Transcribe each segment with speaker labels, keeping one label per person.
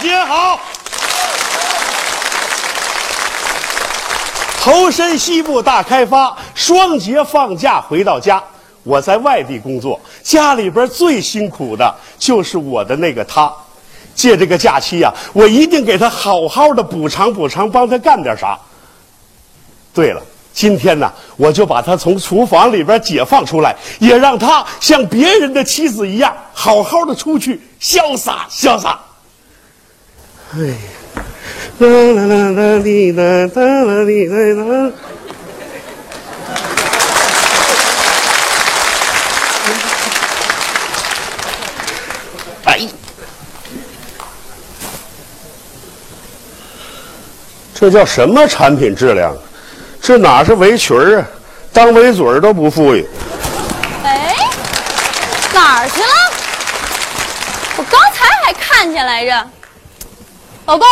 Speaker 1: 接好，投身西部大开发，双节放假回到家。我在外地工作，家里边最辛苦的就是我的那个他。借这个假期呀、我一定给他好好的补偿补偿，帮他干点啥。对了，今天呢，我就把他从厨房里边解放出来，也让他像别人的妻子一样，好好的出去潇洒潇洒。哎，啦啦啦啦滴啦啦啦滴啦啦。哎，这叫什么产品质量？啊这哪是围裙儿啊？当围嘴儿都不富裕。
Speaker 2: 哎，哪儿去了？我刚才还看见来着。老公，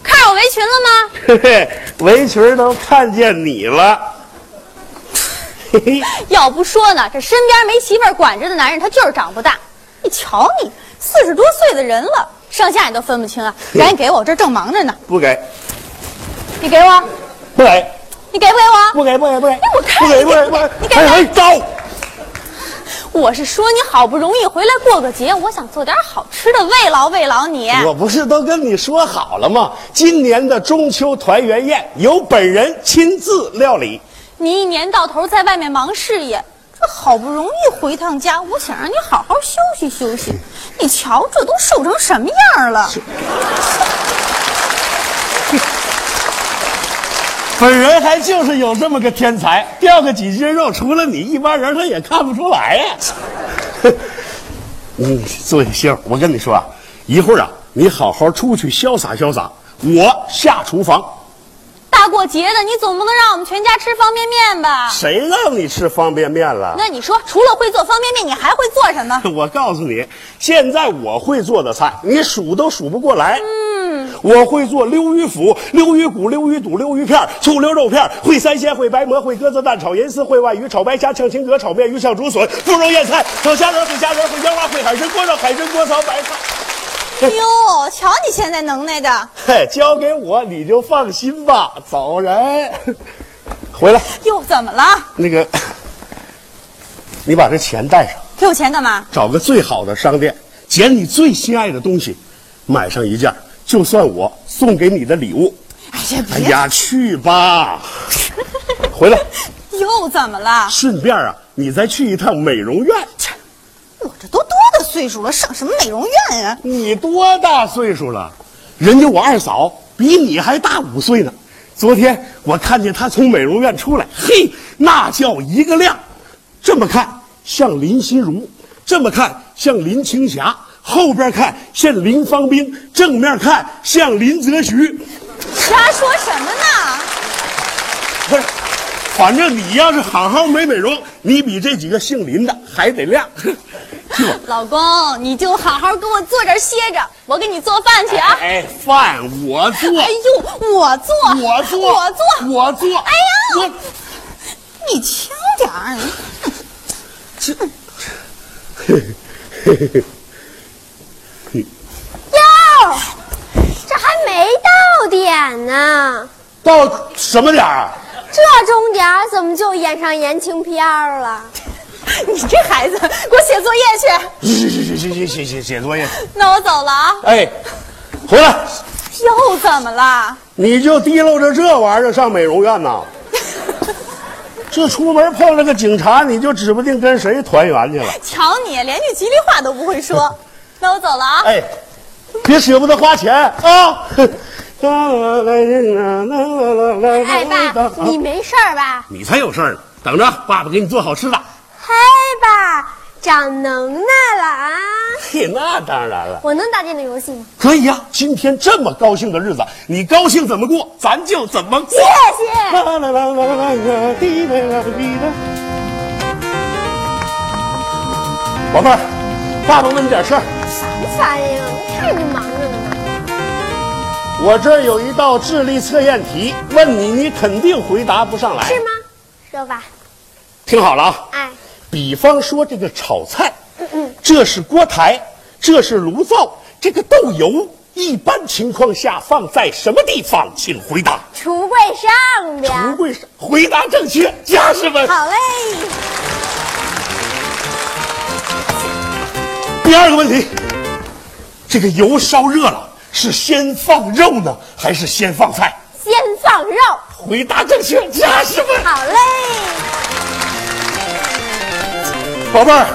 Speaker 2: 看上我围裙了吗？
Speaker 1: 嘿嘿， 围裙儿都看见你了。 嘿嘿，
Speaker 2: 要不说呢，这身边没媳妇儿管着的男人，他就是长不大。你瞧你，四十多岁的人了，上下你都分不 清啊！赶紧给我，我这正忙着呢。
Speaker 1: 不给，
Speaker 2: 你给我，
Speaker 1: 不给，
Speaker 2: 你给不给我？
Speaker 1: 不给，不给，不给
Speaker 2: 哎，我
Speaker 1: 不
Speaker 2: 看
Speaker 1: 给，不给，不给，
Speaker 2: 你给
Speaker 1: 哎哎，走！
Speaker 2: 我是说，你好不容易回来过个节，我想做点好吃的慰劳慰劳你。
Speaker 1: 我不是都跟你说好了吗？今年的中秋团圆宴由本人亲自料理。
Speaker 2: 你一年到头在外面忙事业，这好不容易回趟家，我想让你好好休息休息。你瞧，这都瘦成什么样了？
Speaker 1: 本人还就是有这么个天才，掉个几斤肉，除了你一般人他也看不出来呀。 嗯，作秀，我跟你说啊，一会儿啊，你好好出去潇洒潇洒，我下厨房。
Speaker 2: 大过节的，你总不能让我们全家吃方便面吧？
Speaker 1: 谁让你吃方便面了？
Speaker 2: 那你说，除了会做方便面，你还会做什么？
Speaker 1: 我告诉你，现在我会做的菜，你数都数不过来。嗯，我会做溜鱼腐、溜鱼骨、溜鱼肚、溜鱼片儿、醋溜肉片儿，会三鲜、会白馍、会鸽子蛋、炒银丝、会外鱼、炒白虾、炝青蛤、炒面鱼、炝竹笋、腐肉燕菜、炒虾仁、会虾仁、会腰花、会海参锅肉、海参锅烧白菜。
Speaker 2: 哟，瞧你现在能耐的！
Speaker 1: 嘿，交给我你就放心吧。走人， 回来
Speaker 2: 哟，怎么了？
Speaker 1: 那个，你把这钱带上。
Speaker 2: 给我钱干嘛？
Speaker 1: 找个最好的商店，捡你最心爱的东西，买上一件，就算我送给你的礼物。
Speaker 2: 哎呀，
Speaker 1: 哎
Speaker 2: 别！
Speaker 1: 呀，去吧，回来，
Speaker 2: 又怎么了？
Speaker 1: 顺便啊，你再去一趟美容院。
Speaker 2: 我这都多大岁数了，上什么美容院啊？
Speaker 1: 你多大岁数了？人家我二嫂比你还大五岁呢。昨天我看见她从美容院出来，嘿，那叫一个亮。这么看像林心如，这么看像林青霞，后边看像林芳兵，正面看像林则徐。
Speaker 2: 瞎说什么呢？
Speaker 1: 不是，反正你要是好好美美容，你比这几个姓林的还得亮。去吧。
Speaker 2: 老公，你就好好给我坐这儿歇着，我给你做饭去啊！
Speaker 1: 哎，饭我做，
Speaker 2: 哎呦，我做，
Speaker 1: 我做，
Speaker 2: 我做，
Speaker 1: 我做。
Speaker 2: 哎呀
Speaker 1: 我。
Speaker 2: 你轻点儿，
Speaker 1: 这，
Speaker 3: 哟，这还没到点呢，
Speaker 1: 到什么点儿？
Speaker 3: 这钟点儿怎么就演上言情片儿了？
Speaker 2: 你这孩子，给我写作业去。
Speaker 1: 写写写写写写写作业。
Speaker 2: 那我走了啊！
Speaker 1: 哎，回来，
Speaker 2: 又怎么了？
Speaker 1: 你就提溜着这玩意儿上美容院呐？这出门碰着个警察，你就指不定跟谁团圆去了。
Speaker 2: 瞧你，连句吉利话都不会说。那我走了啊！
Speaker 1: 哎，别舍不得花钱啊！哎
Speaker 3: 哎，爸，你没事儿吧？
Speaker 1: 你才有事儿呢，等着，爸爸给你做好吃的。
Speaker 3: 嘿，爸，长能耐了啊！
Speaker 1: 嘿，那当然了。
Speaker 3: 我能打电脑游戏吗？
Speaker 1: 可以呀、啊今天这么高兴的日子，你高兴怎么过，咱就怎么过。
Speaker 3: 谢谢。
Speaker 1: 啦啦啦啦啦啦滴啦啦滴啦。宝贝儿，爸爸问你点事儿，
Speaker 3: 什么反应？看你忙着呢嘛。
Speaker 1: 我这儿有一道智力测验题，问你，你肯定回答不上来。
Speaker 3: 是吗？说吧，
Speaker 1: 听好了啊，
Speaker 3: 哎，
Speaker 1: 比方说这个炒菜，这是锅台，这是炉灶，这个豆油，一般情况下放在什么地方？请回答。
Speaker 3: 橱柜上
Speaker 1: 橱
Speaker 2: 啊
Speaker 3: 边。
Speaker 1: 柜上，回答正确，家人们。
Speaker 3: 好嘞，
Speaker 1: 第二个问题，这个油烧热了，是先放肉呢，还是先放菜？
Speaker 3: 先放肉。
Speaker 1: 回答正确，家人们。
Speaker 3: 好嘞，
Speaker 1: 宝贝儿，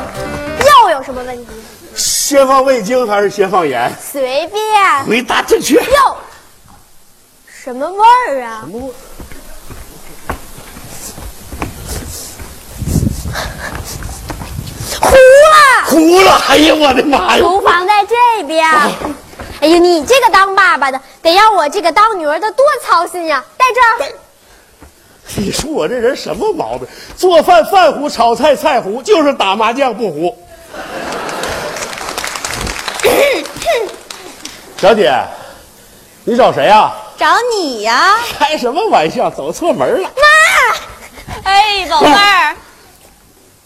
Speaker 3: 肉有什么问题？
Speaker 1: 先放味精还是先放盐？
Speaker 3: 随便。
Speaker 1: 回答正确。
Speaker 3: 肉什么味儿啊？糊啊了。
Speaker 1: 糊了！哎呀，我的妈呀！
Speaker 3: 厨房在这边。
Speaker 2: 哦
Speaker 3: 哎呀，你这个当爸爸的，得让我这个当女儿的多操心呀！在这儿，
Speaker 1: 你说我这人什么毛病？做饭饭糊，炒菜菜糊，就是打麻将不糊。 小姐，你找谁呀、
Speaker 2: 找你呀、
Speaker 1: 开什么玩笑？走错门了。
Speaker 2: 哎，宝贝儿，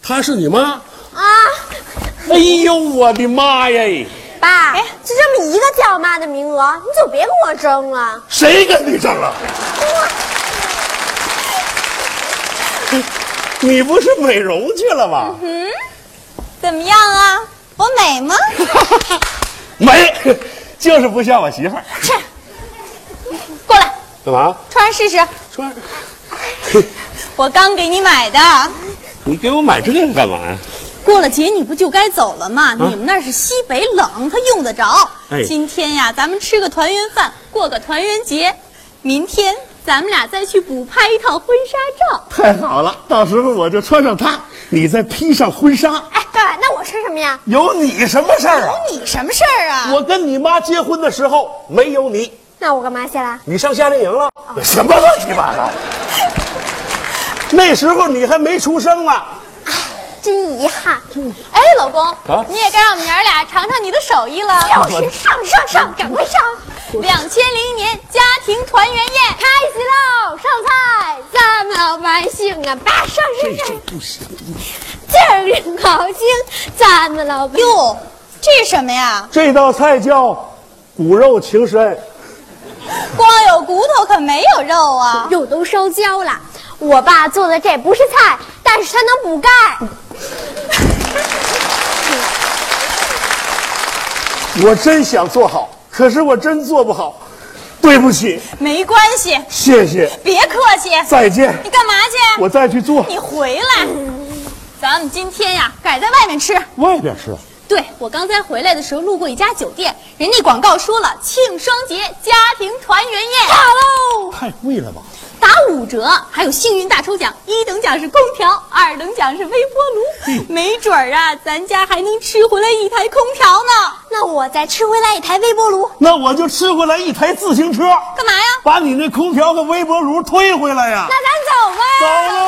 Speaker 1: 她是你妈？
Speaker 3: 啊，
Speaker 1: 哎呦，我的妈呀！
Speaker 3: 爸，
Speaker 2: 哎
Speaker 3: 就这么一个叫妈的名额，你就别跟我争了。
Speaker 1: 谁跟你啊争了？你不是美容去了吗？
Speaker 2: 怎么样啊？我美 吗？
Speaker 1: 没，就是不像我媳妇儿。
Speaker 2: 过来，
Speaker 1: 干嘛？
Speaker 2: 穿上试试，
Speaker 1: 穿？
Speaker 2: 我刚给你买的。
Speaker 1: 你给我买这个干嘛呀？
Speaker 2: 过了节你不就该走了吗？你们那儿是西北冷，它用得着。
Speaker 1: 啊哎
Speaker 2: 今天呀，咱们吃个团圆饭，过个团圆节。明天咱们俩再去补拍一套婚纱照。
Speaker 1: 太好了，到时候我就穿上它，你再披上婚纱，
Speaker 3: 哎，爸，那我穿什么呀？
Speaker 1: 有你什么事儿啊？
Speaker 2: 你什么事儿啊？
Speaker 1: 我跟你妈结婚的时候没有你，
Speaker 3: 那我干嘛去了？
Speaker 1: 你上夏令营了？什么乱七八糟？那时候你还没出生啊呢。
Speaker 3: 真遗憾，
Speaker 2: 哎，老公，
Speaker 1: 啊
Speaker 2: 你也该让我们娘儿俩尝尝你的手艺了。
Speaker 3: 就是上上上，赶快上！
Speaker 2: 两千零一年家庭团圆宴
Speaker 3: 开席喽，上菜，咱们老百姓啊，爸上上上，
Speaker 1: 不行，
Speaker 3: 今儿个高兴，咱们老百姓
Speaker 2: 哟，这是什么呀？
Speaker 1: 这道菜叫骨肉情深。
Speaker 2: 光有骨头可没有肉啊！
Speaker 3: 肉都烧焦了。我爸做的这不是菜，但是它能补钙。
Speaker 1: 我真想做好，可是我真做不好，对不起，
Speaker 2: 没关系，
Speaker 1: 谢谢，
Speaker 2: 别客气。
Speaker 1: 再见，
Speaker 2: 你干嘛去？
Speaker 1: 我再去做。
Speaker 2: 你回来。咱们今天呀，改在外面吃。
Speaker 1: 外边吃，
Speaker 2: 对我刚才回来的时候路过一家酒店，人家广告说了庆双节家庭团圆宴，到喽，
Speaker 1: 太贵了吧？
Speaker 2: 打五折，还有幸运大抽奖，一等奖是空调，二等奖是微波炉，没准儿啊，咱家还能吃回来一台空调呢。
Speaker 3: 那我再吃回来一台微波炉。
Speaker 1: 那我就吃回来一台自行车。
Speaker 2: 干嘛呀？
Speaker 1: 把你那空调和微波炉推回来呀！
Speaker 2: 那咱走吧。
Speaker 1: 走了。